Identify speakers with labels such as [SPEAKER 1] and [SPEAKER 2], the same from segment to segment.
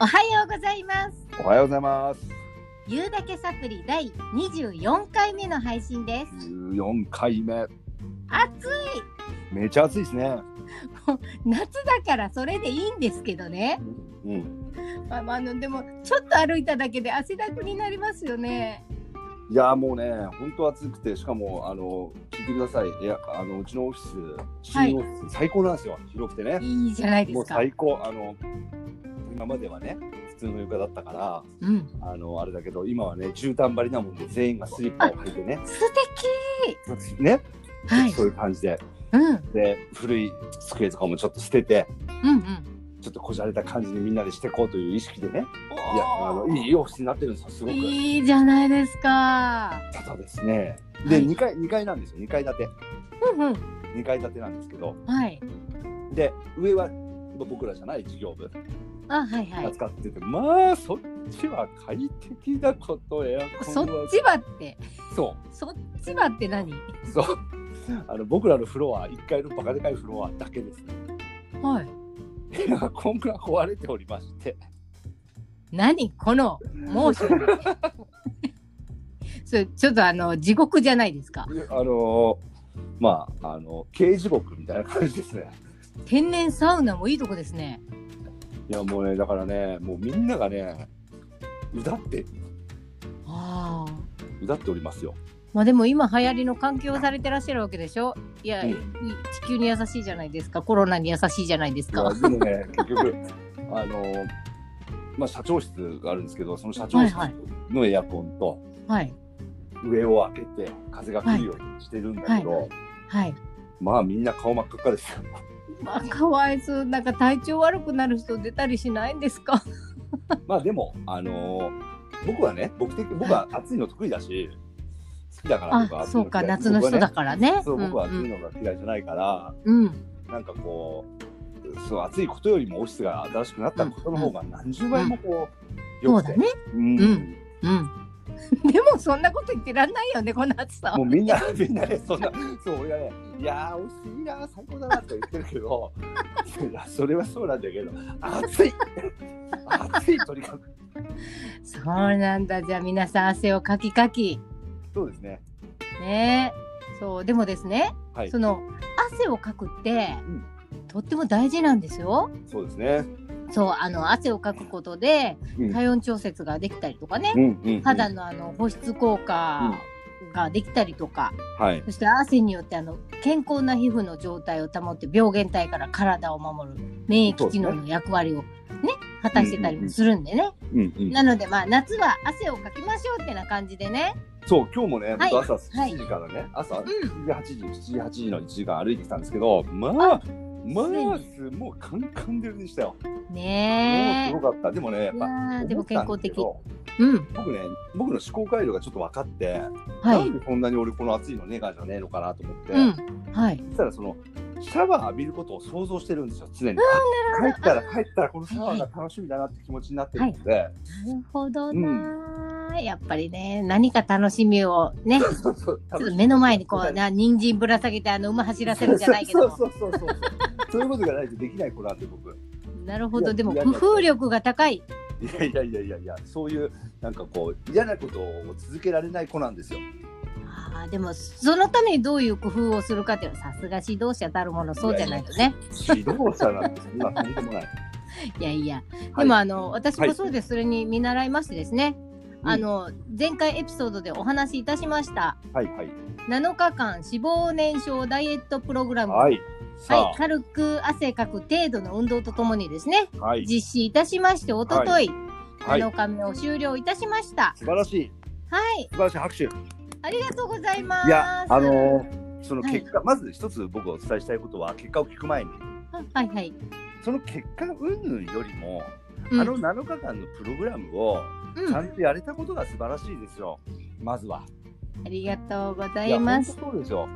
[SPEAKER 1] おはようございます。
[SPEAKER 2] おはようございます。
[SPEAKER 1] ゆうだけサプリ第24回目の配信です。
[SPEAKER 2] 14回目。
[SPEAKER 1] 暑
[SPEAKER 2] めちゃ暑いですね。
[SPEAKER 1] い夏だからそれでいいんですけどね。
[SPEAKER 2] うん。
[SPEAKER 1] まあまあ、あのでもちょっと歩いただけで汗だくになりますよね。
[SPEAKER 2] いやーもうね、本当暑くて、しかもあの聞いてください。いやあのうちのオフィス、
[SPEAKER 1] はい
[SPEAKER 2] 新オフィス、最高なんですよ。広くてね。
[SPEAKER 1] いいじゃないで
[SPEAKER 2] も
[SPEAKER 1] す
[SPEAKER 2] う
[SPEAKER 1] か。
[SPEAKER 2] 最高。あの今まではね、普通の床だったから、
[SPEAKER 1] うん。
[SPEAKER 2] あのあれだけど、今はね、絨毯張りなもんで全員がスリッパを履いてね、
[SPEAKER 1] 素
[SPEAKER 2] ね、
[SPEAKER 1] 敵。はい。
[SPEAKER 2] そういう感じで、
[SPEAKER 1] うん。うん
[SPEAKER 2] で古い机とかもちょっと捨てて。
[SPEAKER 1] うん。
[SPEAKER 2] ちょっとこじゃれた感じにみんなでしていこうという意識でね、いやあ
[SPEAKER 1] お
[SPEAKER 2] の
[SPEAKER 1] ー
[SPEAKER 2] いいオフィスになってるんですよ、すごく。
[SPEAKER 1] いいじゃないですか。
[SPEAKER 2] ただですね、
[SPEAKER 1] は
[SPEAKER 2] で、
[SPEAKER 1] い
[SPEAKER 2] 二階二階なんですよ、2階建て、
[SPEAKER 1] うんうん。
[SPEAKER 2] 2階建てなんですけど、
[SPEAKER 1] はい。
[SPEAKER 2] で、上は僕らじゃない事業部
[SPEAKER 1] あ、はいはい。
[SPEAKER 2] 扱ってて、まあ、そっちは快適だこと、エアコ
[SPEAKER 1] そっ
[SPEAKER 2] ンは、
[SPEAKER 1] ちはって、
[SPEAKER 2] そ
[SPEAKER 1] そっちはって何？
[SPEAKER 2] う、そう。あの僕らのフロア、1階のバカでかいフロアだけです。
[SPEAKER 1] はい。
[SPEAKER 2] エアコンが壊れておりまして、
[SPEAKER 1] 何こ の猛暑それちょっとあの地獄じゃないですか
[SPEAKER 2] あのまあ、あの、刑事獄みたいな感じですね。
[SPEAKER 1] 天然サウナもいいとこですね
[SPEAKER 2] いやもうねだからねもうみんながねうだって
[SPEAKER 1] ああ
[SPEAKER 2] うだっておりますよ
[SPEAKER 1] まあでも今流行りの環境をされてらっしゃるわけでしょいや、
[SPEAKER 2] うん
[SPEAKER 1] い地球に優しいじゃないですかコロナに優しいじゃないです
[SPEAKER 2] いや
[SPEAKER 1] か
[SPEAKER 2] でも ね結局あのまあ社長室があるんですけどその社長室
[SPEAKER 1] はい
[SPEAKER 2] のエアコンと
[SPEAKER 1] はい
[SPEAKER 2] 上を開けて風が来るようにしてるんだけど、
[SPEAKER 1] ははい
[SPEAKER 2] まあみんな顔真っ赤っか ですよ
[SPEAKER 1] まあかわいそうなんか体調悪くなる人出たりしないんですか
[SPEAKER 2] まあでもあの僕はね僕的僕は暑いの得意だし好きだからとか
[SPEAKER 1] あそうか夏の人だからね
[SPEAKER 2] そう僕は暑
[SPEAKER 1] うんう
[SPEAKER 2] い
[SPEAKER 1] ん
[SPEAKER 2] のが嫌いじゃないから、
[SPEAKER 1] うん
[SPEAKER 2] なんかこう、そう暑いことよりもオフィスが新しくなったことの方が何十倍もこう、
[SPEAKER 1] そう
[SPEAKER 2] 良く
[SPEAKER 1] だ
[SPEAKER 2] て、
[SPEAKER 1] ね
[SPEAKER 2] うん
[SPEAKER 1] うんうん でもそんなこと言ってらんないよねこの暑さは
[SPEAKER 2] もうみんな、みんなね、そんな、そう、俺がね、いやー、オフィスいいな、最高だなって言ってるけど、 いやそれはそうなんだけど、暑い、暑い、とにかく、
[SPEAKER 1] そうなんだじゃあ皆さん汗をかきかき
[SPEAKER 2] そうですね、
[SPEAKER 1] ねそうでもですね、
[SPEAKER 2] はい
[SPEAKER 1] その汗をかくって、
[SPEAKER 2] ん
[SPEAKER 1] とっても大事なんですよ
[SPEAKER 2] そうですね、
[SPEAKER 1] そうあの汗をかくことで
[SPEAKER 2] うん
[SPEAKER 1] 体温調節ができたりとかね、
[SPEAKER 2] うんうんうん、
[SPEAKER 1] 肌のあの保湿効果ができたりとか、
[SPEAKER 2] はい、
[SPEAKER 1] そして汗によってあの健康な皮膚の状態を保って病原体から体を守る免疫機能の役割をね果たしてたりもするんでね、
[SPEAKER 2] うんうん、
[SPEAKER 1] なのでまあ夏は汗をかきましょうってな感じでね
[SPEAKER 2] そう、今日もね、
[SPEAKER 1] はい
[SPEAKER 2] 僕朝7時からね、朝
[SPEAKER 1] うん
[SPEAKER 2] 7時、8時、7時、8時の1時間歩いてきたんですけど、まあ、まあ、もうカンカン照りでしたよ。もう
[SPEAKER 1] ね
[SPEAKER 2] すごかった。でもね、やっ
[SPEAKER 1] え。い
[SPEAKER 2] ぱ
[SPEAKER 1] やーでも
[SPEAKER 2] 思っ
[SPEAKER 1] 健
[SPEAKER 2] たんで
[SPEAKER 1] 康
[SPEAKER 2] すけ
[SPEAKER 1] 的。
[SPEAKER 2] ど
[SPEAKER 1] うん。
[SPEAKER 2] 僕ね、僕の思考回路がちょっと分かって、
[SPEAKER 1] は。
[SPEAKER 2] ないんでこんなに俺この暑いのネガじゃねえのかなと思って、
[SPEAKER 1] うん。はい。
[SPEAKER 2] そしたらそのシャワー浴びることを想像してるんですよ、常に。
[SPEAKER 1] なる
[SPEAKER 2] 帰っ
[SPEAKER 1] ほど
[SPEAKER 2] たら帰ったらこのシャワーが楽しみだなって気持ちになってるので、
[SPEAKER 1] なるほどなー。やっぱりね、何か楽しみをね、ち
[SPEAKER 2] そうそ
[SPEAKER 1] ょ
[SPEAKER 2] う
[SPEAKER 1] っ
[SPEAKER 2] 楽し
[SPEAKER 1] と
[SPEAKER 2] み
[SPEAKER 1] 目の前にこう、な、人参ぶら下げて、あの馬走らせるじゃないけども。
[SPEAKER 2] そうそうそうそうそう。そういうことがないとできない子なんで僕。
[SPEAKER 1] なるほど、でも
[SPEAKER 2] いや
[SPEAKER 1] 工夫力が高い。
[SPEAKER 2] いやいやいやいやいや、そういうなんかこう嫌なことを続けられない子なんですよ。
[SPEAKER 1] あーでも、そのためにどういう工夫をするかっていうのは、さすが指導者たるもの、そうじゃないとね。
[SPEAKER 2] 指導者なん てそんなとんでもない。
[SPEAKER 1] いやいや。
[SPEAKER 2] は
[SPEAKER 1] で
[SPEAKER 2] い
[SPEAKER 1] も、あの、私
[SPEAKER 2] は
[SPEAKER 1] も
[SPEAKER 2] い
[SPEAKER 1] そうです。それに見習いましてですね。
[SPEAKER 2] うん
[SPEAKER 1] あの、前回エピソードでお話しいたしました。
[SPEAKER 2] はいはい。
[SPEAKER 1] 7日間脂肪燃焼ダイエットプログラム、は
[SPEAKER 2] はいい。さあ、
[SPEAKER 1] 軽く汗かく程度の運動とともにですね
[SPEAKER 2] はい。
[SPEAKER 1] 実施いたしましておととい
[SPEAKER 2] はい。
[SPEAKER 1] 7日目を終了いたしました
[SPEAKER 2] 素晴らしい。
[SPEAKER 1] はい
[SPEAKER 2] 素晴らしい拍手。い
[SPEAKER 1] ありがとうございます
[SPEAKER 2] や、あのーその結果、まず一つ僕お伝えしたいことは、結果を聞く前に、
[SPEAKER 1] あはいはい、
[SPEAKER 2] その結果云々よりも、
[SPEAKER 1] うん、
[SPEAKER 2] あの7日間のプログラムを
[SPEAKER 1] うん
[SPEAKER 2] ちゃ
[SPEAKER 1] あ
[SPEAKER 2] んとやれたことが素晴らしいですよ。まずは。
[SPEAKER 1] りがとうございます
[SPEAKER 2] いや本当そうですよ。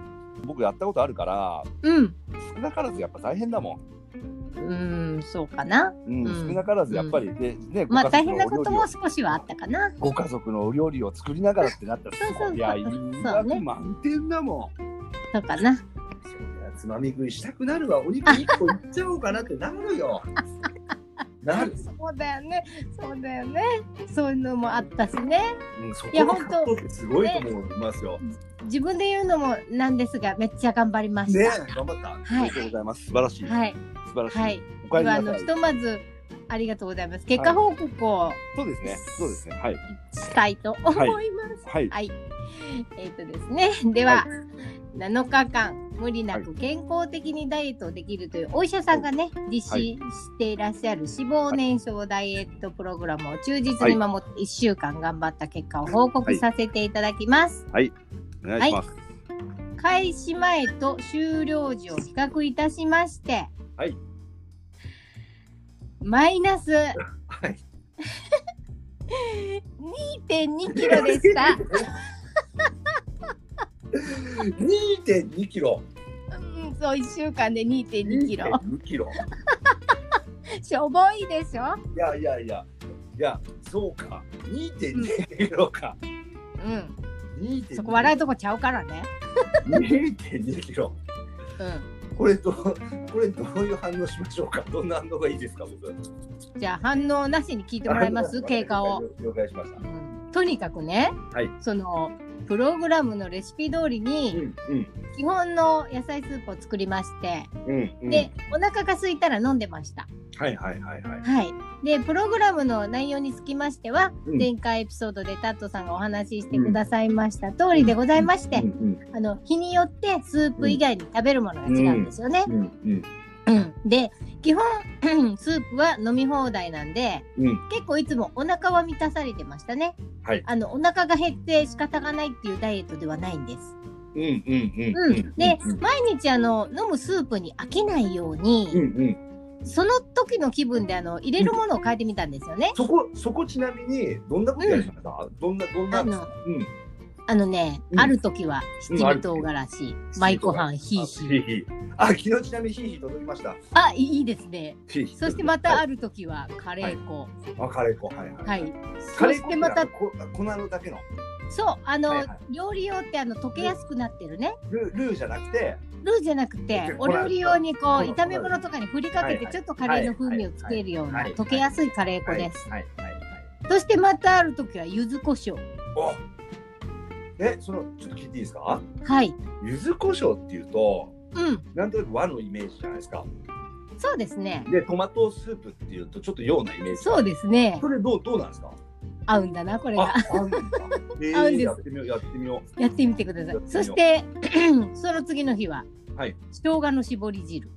[SPEAKER 2] 僕やったことあるから、
[SPEAKER 1] うん
[SPEAKER 2] 少なからずやっぱ大変だもん。
[SPEAKER 1] うんそうかな
[SPEAKER 2] うん、
[SPEAKER 1] うん
[SPEAKER 2] 少なからずやっぱりで、ね、
[SPEAKER 1] まあ
[SPEAKER 2] ご
[SPEAKER 1] 大
[SPEAKER 2] 家
[SPEAKER 1] 変
[SPEAKER 2] 族の
[SPEAKER 1] な
[SPEAKER 2] お料
[SPEAKER 1] こと
[SPEAKER 2] 理を
[SPEAKER 1] も少しはあったかな
[SPEAKER 2] ご家族のお料理を作りながらってなったら、す
[SPEAKER 1] そうそうそ
[SPEAKER 2] ご
[SPEAKER 1] う
[SPEAKER 2] い。いや、いい
[SPEAKER 1] そうね
[SPEAKER 2] 満点だもん。
[SPEAKER 1] そうかな
[SPEAKER 2] そうだよつまみ食いしたくなるわお肉一個いっちゃおうかなってなるよなん
[SPEAKER 1] そうだよね。そうだよね。そういうのもあったしね。
[SPEAKER 2] うん、そこ
[SPEAKER 1] いや
[SPEAKER 2] の
[SPEAKER 1] 本当
[SPEAKER 2] 葛藤ってすごいと思いますよ。
[SPEAKER 1] 自分で言うのもなんですが、めっちゃ頑張りまし
[SPEAKER 2] ね
[SPEAKER 1] た。
[SPEAKER 2] え、頑張った。
[SPEAKER 1] はい
[SPEAKER 2] ありがとうございます。素晴らしい。
[SPEAKER 1] はい。
[SPEAKER 2] 素晴らしい。
[SPEAKER 1] はい。
[SPEAKER 2] お帰り
[SPEAKER 1] あ
[SPEAKER 2] な
[SPEAKER 1] の
[SPEAKER 2] さい
[SPEAKER 1] ひ。とまずありがとうございます。結果報告を
[SPEAKER 2] そうですね。そうですね。はい。
[SPEAKER 1] したいと思います。
[SPEAKER 2] はい。
[SPEAKER 1] はい。えっ、とですね。では、7日間無理なく健康的にダイエットをできるというお医者さんがね、実施していらっしゃる脂肪燃焼ダイエットプログラムを忠実に守って1週間頑張った結果を報告させていただきます。
[SPEAKER 2] お願いします。
[SPEAKER 1] 開始前と終了時を比較いたしまして、
[SPEAKER 2] はい
[SPEAKER 1] マイナス
[SPEAKER 2] はい。
[SPEAKER 1] 1.2キロでした。
[SPEAKER 2] 2.2キロ。
[SPEAKER 1] うん、そう1週間で2.2キロ。
[SPEAKER 2] 2キロ。
[SPEAKER 1] しょぼいでしょ。
[SPEAKER 2] いやいやいや。いや、そうか。2.2キロか。
[SPEAKER 1] うん。
[SPEAKER 2] 2.2
[SPEAKER 1] そこ笑うとこちゃうからね。
[SPEAKER 2] 2.2キロ。
[SPEAKER 1] うん。
[SPEAKER 2] これどう、これどういう反応しましょうか。どんな反応がいいですか。僕。
[SPEAKER 1] じゃあ反応なしに聞いてもらいま す経過を。。
[SPEAKER 2] 了解しました。
[SPEAKER 1] とにかくね、
[SPEAKER 2] はい
[SPEAKER 1] そのプログラムのレシピ通り
[SPEAKER 2] う
[SPEAKER 1] に
[SPEAKER 2] んうん
[SPEAKER 1] 基本の野菜スープを作りまして、
[SPEAKER 2] うんうん。
[SPEAKER 1] でお腹が空いたら飲んでました。
[SPEAKER 2] はいはいはいはい。
[SPEAKER 1] はい、でプログラムの内容につきましては、
[SPEAKER 2] うん
[SPEAKER 1] 前回エピソードでタットさんがお話ししてくださいました通りでございまして、
[SPEAKER 2] うんうん
[SPEAKER 1] あの日によってスープ以外に食べるものが違うんですよね。
[SPEAKER 2] うん
[SPEAKER 1] うんで基本スープは飲み放題なんで
[SPEAKER 2] うんうん。
[SPEAKER 1] 結構いつもお腹は満たされてましたね。
[SPEAKER 2] はい
[SPEAKER 1] あのお腹が減って仕方がないっていうダイエットではないんです。
[SPEAKER 2] うんうんうん
[SPEAKER 1] う
[SPEAKER 2] うんん。、
[SPEAKER 1] で、毎日あの飲むスープに飽きないよう
[SPEAKER 2] うんう
[SPEAKER 1] に、
[SPEAKER 2] ん。
[SPEAKER 1] その時の気分であの入れるものを変えてみたんですよね。
[SPEAKER 2] そこそこちなみにどんなことやりました？どんなどんな。
[SPEAKER 1] あの
[SPEAKER 2] うん。
[SPEAKER 1] あのね、
[SPEAKER 2] うん
[SPEAKER 1] ある時は七味唐辛子、舞ご飯ひい
[SPEAKER 2] あ
[SPEAKER 1] ひ
[SPEAKER 2] ヒ
[SPEAKER 1] い。
[SPEAKER 2] ーヒーあ昨日ちなみにヒーヒー届きました。
[SPEAKER 1] あ、いいいいですね。
[SPEAKER 2] ヒーヒー
[SPEAKER 1] そしてまた
[SPEAKER 2] はい
[SPEAKER 1] ある時はカレー粉。
[SPEAKER 2] あカレー粉はいはい。
[SPEAKER 1] はい。
[SPEAKER 2] カ
[SPEAKER 1] そ
[SPEAKER 2] レー
[SPEAKER 1] し
[SPEAKER 2] 粉
[SPEAKER 1] てまた
[SPEAKER 2] ってこ粉のだけの
[SPEAKER 1] そうあの、
[SPEAKER 2] はいは
[SPEAKER 1] 料理用ってあの溶けやすくなってるね。
[SPEAKER 2] ルルーじゃなくて。
[SPEAKER 1] ルーじゃなくてお
[SPEAKER 2] これ
[SPEAKER 1] 料理用にこう
[SPEAKER 2] これ
[SPEAKER 1] 炒め物とかに振りかけ
[SPEAKER 2] はい
[SPEAKER 1] て
[SPEAKER 2] はい
[SPEAKER 1] ちょっとカレーの風味をつけるよう
[SPEAKER 2] はい
[SPEAKER 1] な
[SPEAKER 2] はい
[SPEAKER 1] 溶けやすいカレー粉です。
[SPEAKER 2] はいはいはい。
[SPEAKER 1] そしてまたある時は柚子胡椒。
[SPEAKER 2] お。えそのちょっと聞いていいですか？
[SPEAKER 1] はい。
[SPEAKER 2] 柚子胡椒っていうと
[SPEAKER 1] うん。
[SPEAKER 2] なんとなく和のイメージじゃないですか。
[SPEAKER 1] そうですね。
[SPEAKER 2] でトマトスープっていうとちょっと洋なイメージ。
[SPEAKER 1] そうですね
[SPEAKER 2] そ。れどうどうなんですか？
[SPEAKER 1] 合うんだなこれ
[SPEAKER 2] あ
[SPEAKER 1] が。、
[SPEAKER 2] 合うんだ。え
[SPEAKER 1] 合うんで
[SPEAKER 2] ー、
[SPEAKER 1] す
[SPEAKER 2] やってみようやってみよ
[SPEAKER 1] やってみてください
[SPEAKER 2] やっ。て
[SPEAKER 1] そ
[SPEAKER 2] みよう
[SPEAKER 1] して その次の日は、
[SPEAKER 2] はい
[SPEAKER 1] 生姜の絞り汁。
[SPEAKER 2] う。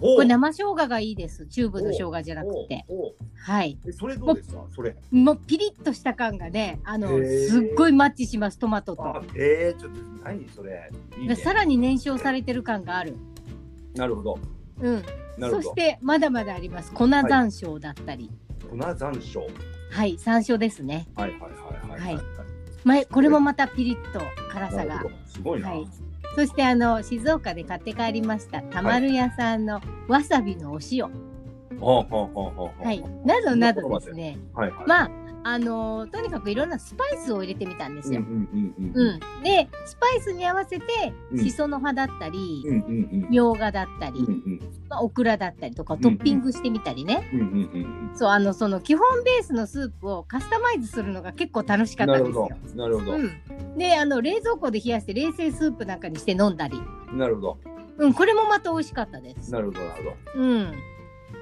[SPEAKER 2] お
[SPEAKER 1] これ生生姜がいいです。チューブの生姜じゃなくて。
[SPEAKER 2] おお
[SPEAKER 1] はい。
[SPEAKER 2] えそれどうですか？それ。
[SPEAKER 1] もうピリッとした感がね、あの
[SPEAKER 2] へー
[SPEAKER 1] すっごいマッチしますトマト
[SPEAKER 2] あ
[SPEAKER 1] と。、
[SPEAKER 2] えー、ちょっと何それ。いいね。
[SPEAKER 1] さらに燃焼されてる感がある。
[SPEAKER 2] なるほど。
[SPEAKER 1] うん。
[SPEAKER 2] なる
[SPEAKER 1] そ
[SPEAKER 2] ほど。
[SPEAKER 1] してまだまだあります粉山椒だったり
[SPEAKER 2] 粉山椒。
[SPEAKER 1] はい、山椒ですね
[SPEAKER 2] はいはいはいはい。
[SPEAKER 1] はい前これもまたピリッと辛さ
[SPEAKER 2] な
[SPEAKER 1] が
[SPEAKER 2] るほど。すごいな。
[SPEAKER 1] はいそしてあの静岡で買って帰りましたたまる屋さんのわさびのお塩
[SPEAKER 2] ほうほうほうほうほう。
[SPEAKER 1] はい、などなどですね
[SPEAKER 2] はいはい。
[SPEAKER 1] まああのーとにかくいろんなスパイスを入れてみたんで
[SPEAKER 2] う
[SPEAKER 1] す
[SPEAKER 2] んう
[SPEAKER 1] よ、
[SPEAKER 2] んうんう
[SPEAKER 1] うん
[SPEAKER 2] ん。
[SPEAKER 1] でスパイスに合わせて
[SPEAKER 2] うん
[SPEAKER 1] しその葉だったり、
[SPEAKER 2] うんうんうん。
[SPEAKER 1] みょうがだったり、
[SPEAKER 2] うん
[SPEAKER 1] まあ、オクラだったりとか
[SPEAKER 2] ん
[SPEAKER 1] トッピングしてみたりね、
[SPEAKER 2] うんうんうん
[SPEAKER 1] そうあのその基本ベースのスープをカスタマイズするのが結構楽し
[SPEAKER 2] う
[SPEAKER 1] か
[SPEAKER 2] ん。
[SPEAKER 1] っ
[SPEAKER 2] な
[SPEAKER 1] たん
[SPEAKER 2] る
[SPEAKER 1] で
[SPEAKER 2] ほ
[SPEAKER 1] すよ
[SPEAKER 2] ど。なるほど。
[SPEAKER 1] うん、であの冷蔵庫で冷やして冷製スープなんかにして飲んだり、
[SPEAKER 2] なるほど。
[SPEAKER 1] うん、これもまた美味しかったです。
[SPEAKER 2] なるほど。なるほど。
[SPEAKER 1] うん、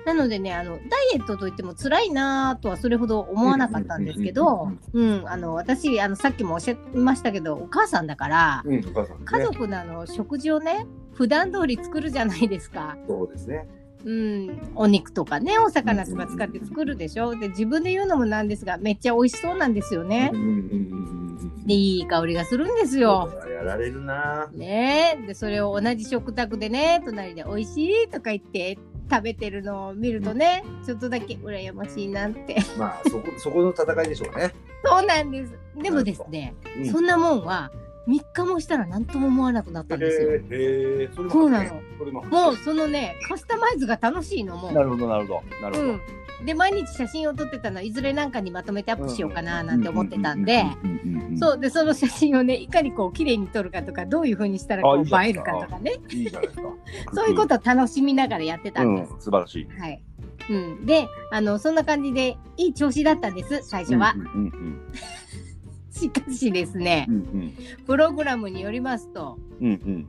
[SPEAKER 1] なのでねあのダイエットといっても辛いなとはそれほど思わなかったんですけど、うん、あの私あのさっきもおっしゃいましたけどお母さんだから
[SPEAKER 2] うん、お母さん。
[SPEAKER 1] 家。族のあの食事をね普段通り作るじゃないですか。
[SPEAKER 2] そうですね。
[SPEAKER 1] うん、お肉とかねお魚とか使って作るでしょで自分で言うのもなんですがめっちゃ美味しそうなんですよね
[SPEAKER 2] う。んうんうんうん。
[SPEAKER 1] でいい香りがするんですよ。
[SPEAKER 2] やられるな。
[SPEAKER 1] ねえでそれを同じ食卓でね隣で「美味しい」とか言って食べてるのを見るとねちょっとだけ羨ましいなって
[SPEAKER 2] まあそこそこの戦いでしょうね。
[SPEAKER 1] そうなんですでもですね
[SPEAKER 2] う
[SPEAKER 1] そんなもんは3日もしたら何とも思わなくなったんですよ
[SPEAKER 2] へえへえそれも
[SPEAKER 1] そうなの。
[SPEAKER 2] それも。
[SPEAKER 1] もうそのねカスタマイズが楽しいのも
[SPEAKER 2] な
[SPEAKER 1] う
[SPEAKER 2] るほどなるほどなるほど。
[SPEAKER 1] うんで毎日写真を撮ってたのいずれなんかにまとめてアップしようかななんて思ってたんで。
[SPEAKER 2] うんうんうんうん。
[SPEAKER 1] そうでその写真をねいかにこう綺麗に撮るかとかどういう風にしたらこ
[SPEAKER 2] あいういじゃな
[SPEAKER 1] 映え
[SPEAKER 2] い
[SPEAKER 1] る
[SPEAKER 2] です
[SPEAKER 1] か
[SPEAKER 2] か
[SPEAKER 1] とかね
[SPEAKER 2] いいじゃないですか。
[SPEAKER 1] そういうことを楽しみながらやってた
[SPEAKER 2] うんん
[SPEAKER 1] です。
[SPEAKER 2] 素晴らしい。
[SPEAKER 1] はい。うん、であのそんな感じでいい調子だったんです最初は
[SPEAKER 2] う、んうん
[SPEAKER 1] しかしですね
[SPEAKER 2] うんうん
[SPEAKER 1] プログラムによりますと
[SPEAKER 2] うんうん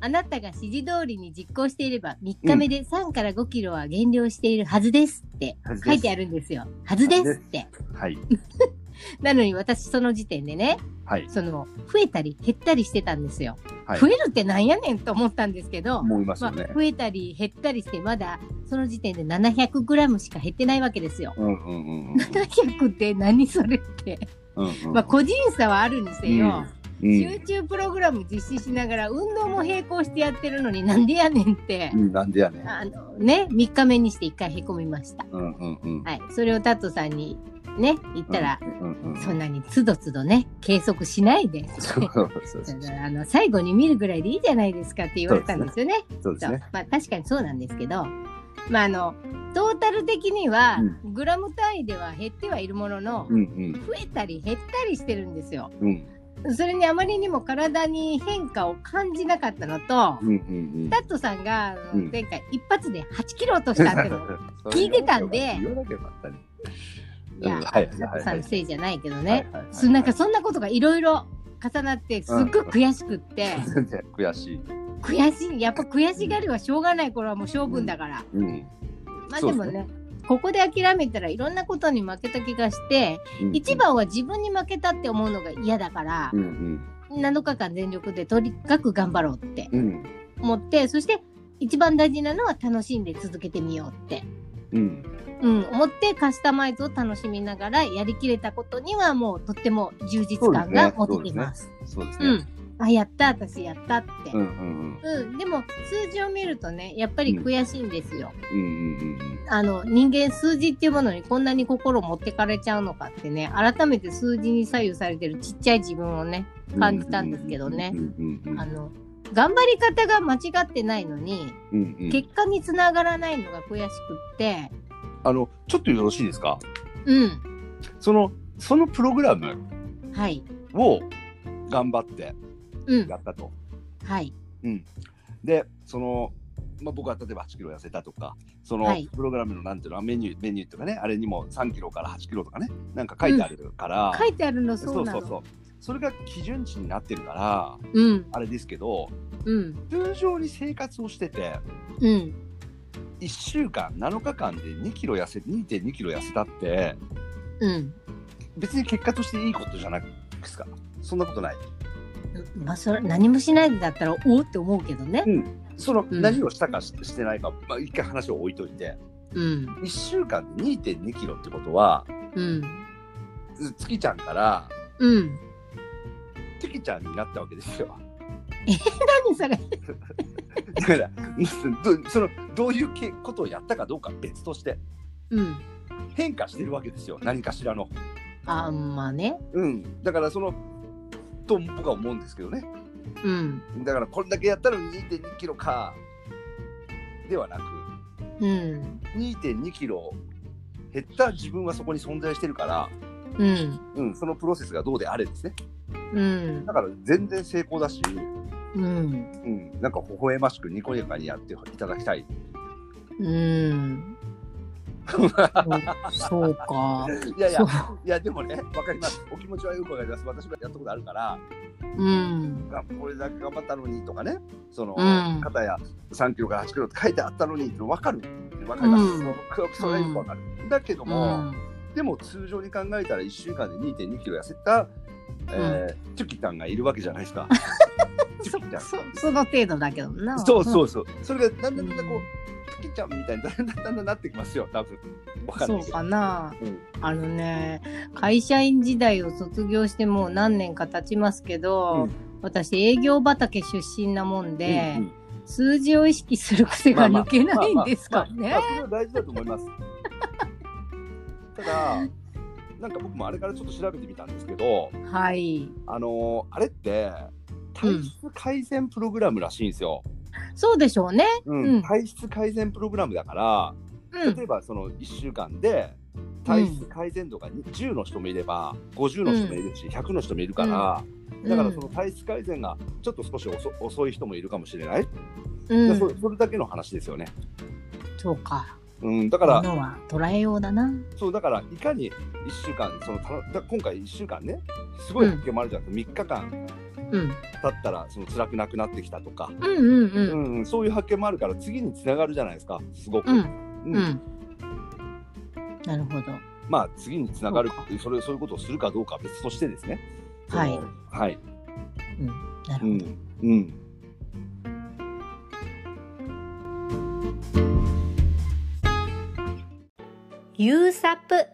[SPEAKER 1] あなたが指示通りに実行していれば3日目で3から5キロは減量しているはずですって
[SPEAKER 2] はずです
[SPEAKER 1] 書いてあるんですよ。はずですって。
[SPEAKER 2] うんはい
[SPEAKER 1] なのに私その時点でね
[SPEAKER 2] はい
[SPEAKER 1] その増えたり減ったりしてたんですよ。
[SPEAKER 2] はい
[SPEAKER 1] 増えるってなんやねんと思ったんですけど、
[SPEAKER 2] 思います
[SPEAKER 1] ま
[SPEAKER 2] よ
[SPEAKER 1] あ、
[SPEAKER 2] ね。
[SPEAKER 1] 増えたり減ったりしてまだその時点で 700g しか減ってないわけですよ。
[SPEAKER 2] うんうんうんうん
[SPEAKER 1] 700って何それって。
[SPEAKER 2] うんうん
[SPEAKER 1] まあ個人差はあるにせよ。
[SPEAKER 2] う
[SPEAKER 1] 集
[SPEAKER 2] ん
[SPEAKER 1] 中プログラム実施しながら運動も並行してやってるのになんでやねんって
[SPEAKER 2] う、んなんでやねん。
[SPEAKER 1] あのね3日目にして1回へこみました、
[SPEAKER 2] うんうんうん。
[SPEAKER 1] はい、それをタットさんにね言ったら、
[SPEAKER 2] うんうんうん
[SPEAKER 1] そんなにつどつどね計測しないで
[SPEAKER 2] そうそうそう
[SPEAKER 1] だからあの最後に見るぐらいでいいじゃないですかって言われたんですよね
[SPEAKER 2] そうです
[SPEAKER 1] そう
[SPEAKER 2] ね。
[SPEAKER 1] まあ確かにそうなんですけどまああのトータル的には、グラム単位では減ってはいるものの、
[SPEAKER 2] うんうん
[SPEAKER 1] 増えたり減ったりしてるんですよ
[SPEAKER 2] うん
[SPEAKER 1] それにあまりにも体に変化を感じなかったのと、
[SPEAKER 2] うんうん
[SPEAKER 1] タットさんがあの
[SPEAKER 2] うん
[SPEAKER 1] 前回一発で8キロ落としたっていううの
[SPEAKER 2] ん。
[SPEAKER 1] 聞いてたんで
[SPEAKER 2] 言わなきゃよかったね。
[SPEAKER 1] いや
[SPEAKER 2] うんはい
[SPEAKER 1] タッ
[SPEAKER 2] は
[SPEAKER 1] ト
[SPEAKER 2] い
[SPEAKER 1] さ
[SPEAKER 2] は
[SPEAKER 1] んの。
[SPEAKER 2] い
[SPEAKER 1] せいじゃないけどね、
[SPEAKER 2] はいはいはい
[SPEAKER 1] そなんかそんなことがいろいろ重なってすっごい悔しくって、
[SPEAKER 2] ね悔しい。
[SPEAKER 1] 悔しいやっぱ悔しがりはしょうがないこれはもう性分だから、
[SPEAKER 2] うん。
[SPEAKER 1] まあでも
[SPEAKER 2] そうで
[SPEAKER 1] ねここで諦めたらいろんなことに負けた気がして、
[SPEAKER 2] うん
[SPEAKER 1] 一。番は自分に負けたって思うのが嫌だから
[SPEAKER 2] う、ん
[SPEAKER 1] 7日間全力でとにかく頑張ろうって
[SPEAKER 2] うんうん
[SPEAKER 1] 思ってそして一番大事なのは楽しんで続けてみようって、
[SPEAKER 2] うん
[SPEAKER 1] うん、思ってカスタマイズを楽しみながらやりきれたことにはもうとっても充実感が持ててます。
[SPEAKER 2] そうです
[SPEAKER 1] う
[SPEAKER 2] ね。
[SPEAKER 1] ん、あやった私やったって、
[SPEAKER 2] う
[SPEAKER 1] うん
[SPEAKER 2] うんんうん
[SPEAKER 1] でも数字を見るとねやっぱり悔しいんですよ。
[SPEAKER 2] うんうんうん
[SPEAKER 1] あの人間数字っていうものにこんなに心持ってかれちゃうのかってね改めて数字に左右されてるちっちゃい自分をね
[SPEAKER 2] うん。
[SPEAKER 1] 感じたんですけどね
[SPEAKER 2] うんうんうん
[SPEAKER 1] あの頑張り方が間違ってないのに
[SPEAKER 2] うんうん。
[SPEAKER 1] 結果につながらないのが悔しくって
[SPEAKER 2] あのちょっとよろしいですか。
[SPEAKER 1] うん
[SPEAKER 2] そのそのプログラム
[SPEAKER 1] はい
[SPEAKER 2] を頑張って
[SPEAKER 1] うん
[SPEAKER 2] やったと。
[SPEAKER 1] はい
[SPEAKER 2] でその、まあ、僕は例えば8キロ痩せたとかその
[SPEAKER 1] はい
[SPEAKER 2] プログラムのなんていうのメニューメニューとかねあれにも3キロから8キロとかねなんか書いてあるから、
[SPEAKER 1] 書いてあるの
[SPEAKER 2] そ
[SPEAKER 1] そう
[SPEAKER 2] う
[SPEAKER 1] な
[SPEAKER 2] そ
[SPEAKER 1] の
[SPEAKER 2] うそうそれが基準値になってるから
[SPEAKER 1] うん
[SPEAKER 2] あれですけど
[SPEAKER 1] うん
[SPEAKER 2] 通常に生活をしてて
[SPEAKER 1] うん
[SPEAKER 2] 1週間7日間で2キロ痩せ2.2キロ痩せたって
[SPEAKER 1] うん
[SPEAKER 2] 別に結果としていいことじゃないですかそんなことない
[SPEAKER 1] まあそれ何もしないんだったらおおって思うけどね
[SPEAKER 2] その
[SPEAKER 1] うん
[SPEAKER 2] 何をしたかし,、てないか、まあ、一回話を置いといて
[SPEAKER 1] うん
[SPEAKER 2] 1週間で2.2キロってことは
[SPEAKER 1] うん
[SPEAKER 2] 月ちゃんから
[SPEAKER 1] うん
[SPEAKER 2] テキちゃんになったわけですよ。
[SPEAKER 1] 何それ
[SPEAKER 2] だからどそのどういうけことをやったかどうかは別として
[SPEAKER 1] うん
[SPEAKER 2] 変化してるわけですよ何かしらの。
[SPEAKER 1] あんまあね
[SPEAKER 2] うん、だからそのと僕は思うんですけどね
[SPEAKER 1] うん
[SPEAKER 2] だからこれだけやったのに2 2キロかではなく
[SPEAKER 1] うん
[SPEAKER 2] 2 2キロ減った自分はそこに存在してるから、
[SPEAKER 1] うん
[SPEAKER 2] うん、そのプロセスがどうであれですね
[SPEAKER 1] うん
[SPEAKER 2] だから全然成功だし、
[SPEAKER 1] うん
[SPEAKER 2] うん、なんか微笑ましくにこやかにやっていただきたい
[SPEAKER 1] うん。そうか。
[SPEAKER 2] いやいや
[SPEAKER 1] そう、
[SPEAKER 2] いやでもね、わかります。お気持ちはよくわかります。私もやったことあるから、
[SPEAKER 1] うん。
[SPEAKER 2] がこれだけ頑張ったのにとかね、その、
[SPEAKER 1] うん
[SPEAKER 2] 肩や3キロから8キロって書いてあったのにってわかる。わかります。
[SPEAKER 1] うん
[SPEAKER 2] そのそれはよくわかる。だけど
[SPEAKER 1] う
[SPEAKER 2] も、
[SPEAKER 1] ん。
[SPEAKER 2] でも通常に考えたら1週間で2.2キロ痩せた、えーチュキタンがいるわけじゃないで すか。チュキタン。
[SPEAKER 1] そその程度だけどな。
[SPEAKER 2] そう
[SPEAKER 1] う。
[SPEAKER 2] そうそう。それがだんだんだんだんこ
[SPEAKER 1] うん
[SPEAKER 2] う、チュキちゃんみたいにだんだんだんだんなってきますよ、多分。わかん
[SPEAKER 1] そ
[SPEAKER 2] ないけ
[SPEAKER 1] う
[SPEAKER 2] ど
[SPEAKER 1] かな。
[SPEAKER 2] うん
[SPEAKER 1] あのね、会社員時代を卒業してもう何年か経ちますけど、
[SPEAKER 2] うん
[SPEAKER 1] 私営業畑出身なもんで、
[SPEAKER 2] うんうん
[SPEAKER 1] 数字を意識する癖が抜けないんですか
[SPEAKER 2] まあ
[SPEAKER 1] ね。
[SPEAKER 2] まあまあそれは大事だと思い ます。ただ、なんか僕もあれからちょっと調べてみたんですけど、
[SPEAKER 1] はい。
[SPEAKER 2] あのーあれって体質改善プログラムらしいんですよ。
[SPEAKER 1] そうでしょうね。
[SPEAKER 2] うん
[SPEAKER 1] うん
[SPEAKER 2] 体質改善プログラムだから、
[SPEAKER 1] う
[SPEAKER 2] 例
[SPEAKER 1] ん。
[SPEAKER 2] えばその1週間で体質改善度が10の人もいれば50の人もいるし100の人もいるから、だからその体質改善がちょっと少し遅遅い人もいるかもしれない、
[SPEAKER 1] うん、
[SPEAKER 2] でそそれだけの話ですよね。
[SPEAKER 1] そうか。
[SPEAKER 2] うん、だか
[SPEAKER 1] も
[SPEAKER 2] ら、
[SPEAKER 1] のは捉えようだな。
[SPEAKER 2] そうだからいかに1週間そのたのだ今回1週間ねすごい発見もあるじゃん、3日間
[SPEAKER 1] うん。
[SPEAKER 2] 経ったらその辛くなくなってきたとか、
[SPEAKER 1] うんうん
[SPEAKER 2] う
[SPEAKER 1] うん。
[SPEAKER 2] んうんそういう発見もあるから次につながるじゃないですかすごく、
[SPEAKER 1] うん
[SPEAKER 2] う
[SPEAKER 1] うんん。なるほど。
[SPEAKER 2] まあ次につながる
[SPEAKER 1] そう
[SPEAKER 2] それそういうことをするかどうかは別としてですね
[SPEAKER 1] はい
[SPEAKER 2] そのはい
[SPEAKER 1] なる
[SPEAKER 2] う
[SPEAKER 1] ほど。
[SPEAKER 2] んうん
[SPEAKER 1] ユーサップ。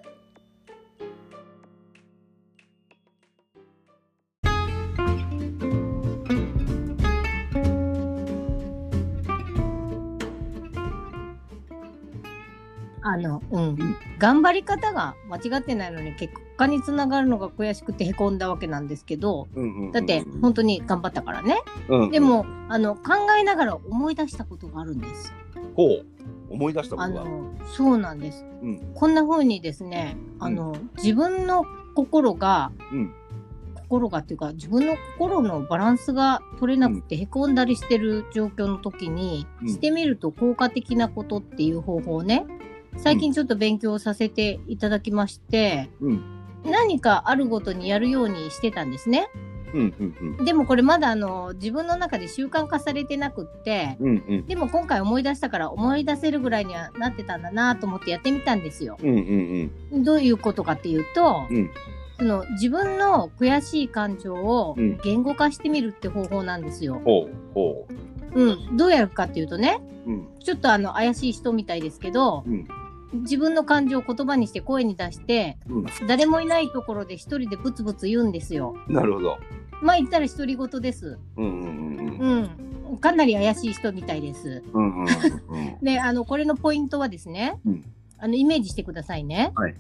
[SPEAKER 1] あの、うん、頑張り方が間違ってないのに結果につながるのが悔しくてへこんだわけなんですけど
[SPEAKER 2] うんうんうんうん
[SPEAKER 1] だって本当に頑張ったからね
[SPEAKER 2] うん
[SPEAKER 1] でもあの考えながら思い出したことがあるんです
[SPEAKER 2] こう思い出したこ
[SPEAKER 1] あ
[SPEAKER 2] とがある
[SPEAKER 1] のそうなんです、
[SPEAKER 2] うん
[SPEAKER 1] こんな風にですねあの、自分の心が
[SPEAKER 2] うん
[SPEAKER 1] 心がっていうか自分の心のバランスが取れなくてへこんだりしてる状況の時に、
[SPEAKER 2] うん
[SPEAKER 1] してみると効果的なことっていう方法をね最近ちょっと勉強させていただきまして、
[SPEAKER 2] うん
[SPEAKER 1] 何かあるごとにやるようにしてたんですね。
[SPEAKER 2] うんうん
[SPEAKER 1] でもこれまだあの自分の中で習慣化されてなくって、
[SPEAKER 2] うんうん
[SPEAKER 1] でも今回思い出したから思い出せるぐらいにはなってたんだなと思ってやってみたんですよ。
[SPEAKER 2] うんうん
[SPEAKER 1] どういうことかっていうと、
[SPEAKER 2] うん
[SPEAKER 1] その自分の悔しい感情を
[SPEAKER 2] うん
[SPEAKER 1] 言語化してみるって方法なんですよ。
[SPEAKER 2] ほうほう
[SPEAKER 1] うん、どうやるかっていうとね
[SPEAKER 2] うん
[SPEAKER 1] ちょっとあの怪しい人みたいですけど
[SPEAKER 2] うん
[SPEAKER 1] 自分の感情を言葉にして声に出して
[SPEAKER 2] うん
[SPEAKER 1] 誰もいないところで一人でブツブツ言うんですよ。
[SPEAKER 2] なるほど
[SPEAKER 1] まあ言ったら独り言です。
[SPEAKER 2] うんうんうんうん
[SPEAKER 1] うん、かなり怪しい人みたいです。
[SPEAKER 2] うんうんうん
[SPEAKER 1] であのこれのポイントはですね、
[SPEAKER 2] うん
[SPEAKER 1] あのイメージしてくださいね、
[SPEAKER 2] はい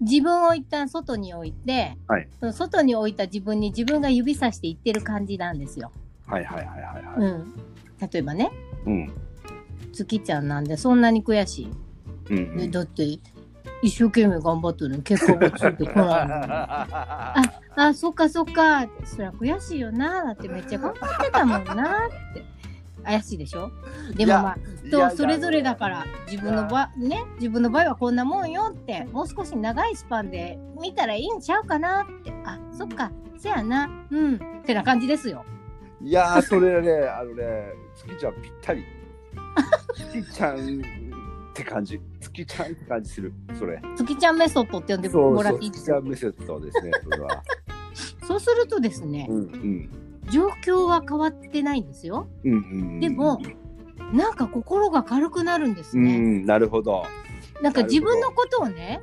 [SPEAKER 1] 自分を一旦外に置いて、
[SPEAKER 2] はい
[SPEAKER 1] その外に置いた自分に自分が指さして言ってる感じなんですよ、
[SPEAKER 2] はいはいはいはいはい
[SPEAKER 1] うん、例えばね
[SPEAKER 2] うん
[SPEAKER 1] 月ちゃんなんでそんなに悔しい、
[SPEAKER 2] うんう
[SPEAKER 1] え
[SPEAKER 2] ん
[SPEAKER 1] だって一生懸命頑張ってるのに結果がついてこないの にあそっかそっかそりゃ悔しいよなだってめっちゃ頑張ってたもんなって怪しいでしょでもまあとそれぞれだから自分の場ね自分の場合はこんなもんよってもう少し長いスパンで見たらいいんちゃうかなってあそっかせやなうんってな感じですよ。
[SPEAKER 2] いやーそれねあのね月ちゃんぴったり月ちゃんって感じ月ちゃんって感じするそれ
[SPEAKER 1] 月ちゃんメソッドって呼んで
[SPEAKER 2] そう
[SPEAKER 1] もら
[SPEAKER 2] そ
[SPEAKER 1] っ
[SPEAKER 2] う
[SPEAKER 1] ていいで
[SPEAKER 2] 月
[SPEAKER 1] す
[SPEAKER 2] ち
[SPEAKER 1] か
[SPEAKER 2] ゃんメソッドですねそれは
[SPEAKER 1] そうするとですね
[SPEAKER 2] うんうん
[SPEAKER 1] 状況は変わってないんですよ。
[SPEAKER 2] うんうんうん
[SPEAKER 1] でもなんか心が軽くなるんです
[SPEAKER 2] う
[SPEAKER 1] ね。
[SPEAKER 2] んなるほど
[SPEAKER 1] なんか
[SPEAKER 2] なるほど
[SPEAKER 1] 自分のことをね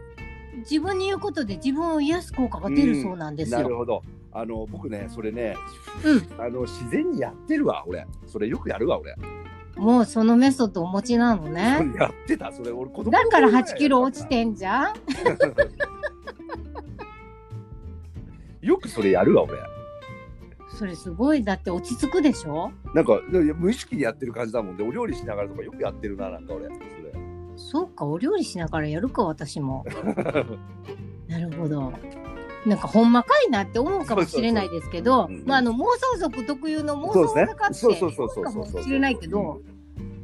[SPEAKER 1] 自分に言うことで自分を癒す効果が出るそうなんです
[SPEAKER 2] なる
[SPEAKER 1] よ。
[SPEAKER 2] ほどあの僕ねそれね
[SPEAKER 1] うん、
[SPEAKER 2] あの自然にやってるわ俺それよくやるわ俺
[SPEAKER 1] もうそのメソッドお持ちなのね。
[SPEAKER 2] やってたそれ俺子供の
[SPEAKER 1] だ
[SPEAKER 2] 頃
[SPEAKER 1] から
[SPEAKER 2] ぐ
[SPEAKER 1] 8キロ落ち
[SPEAKER 2] や
[SPEAKER 1] てんじゃん。
[SPEAKER 2] ったよくそれやるわ俺
[SPEAKER 1] それすごいだって落ち着くでしょ
[SPEAKER 2] なんかいや無意識にやってる感じだもんで、お料理しながらとかよくやってるな、なんか俺。それ
[SPEAKER 1] そうかお料理しながらやるか私 もなるほどなんかほんまかいなって思うかもしれないですけど
[SPEAKER 2] そうそうそううん
[SPEAKER 1] まああの妄想族特有の妄想がかって
[SPEAKER 2] そうですね
[SPEAKER 1] 思
[SPEAKER 2] そうそうそうう
[SPEAKER 1] か
[SPEAKER 2] そう
[SPEAKER 1] もしれないけど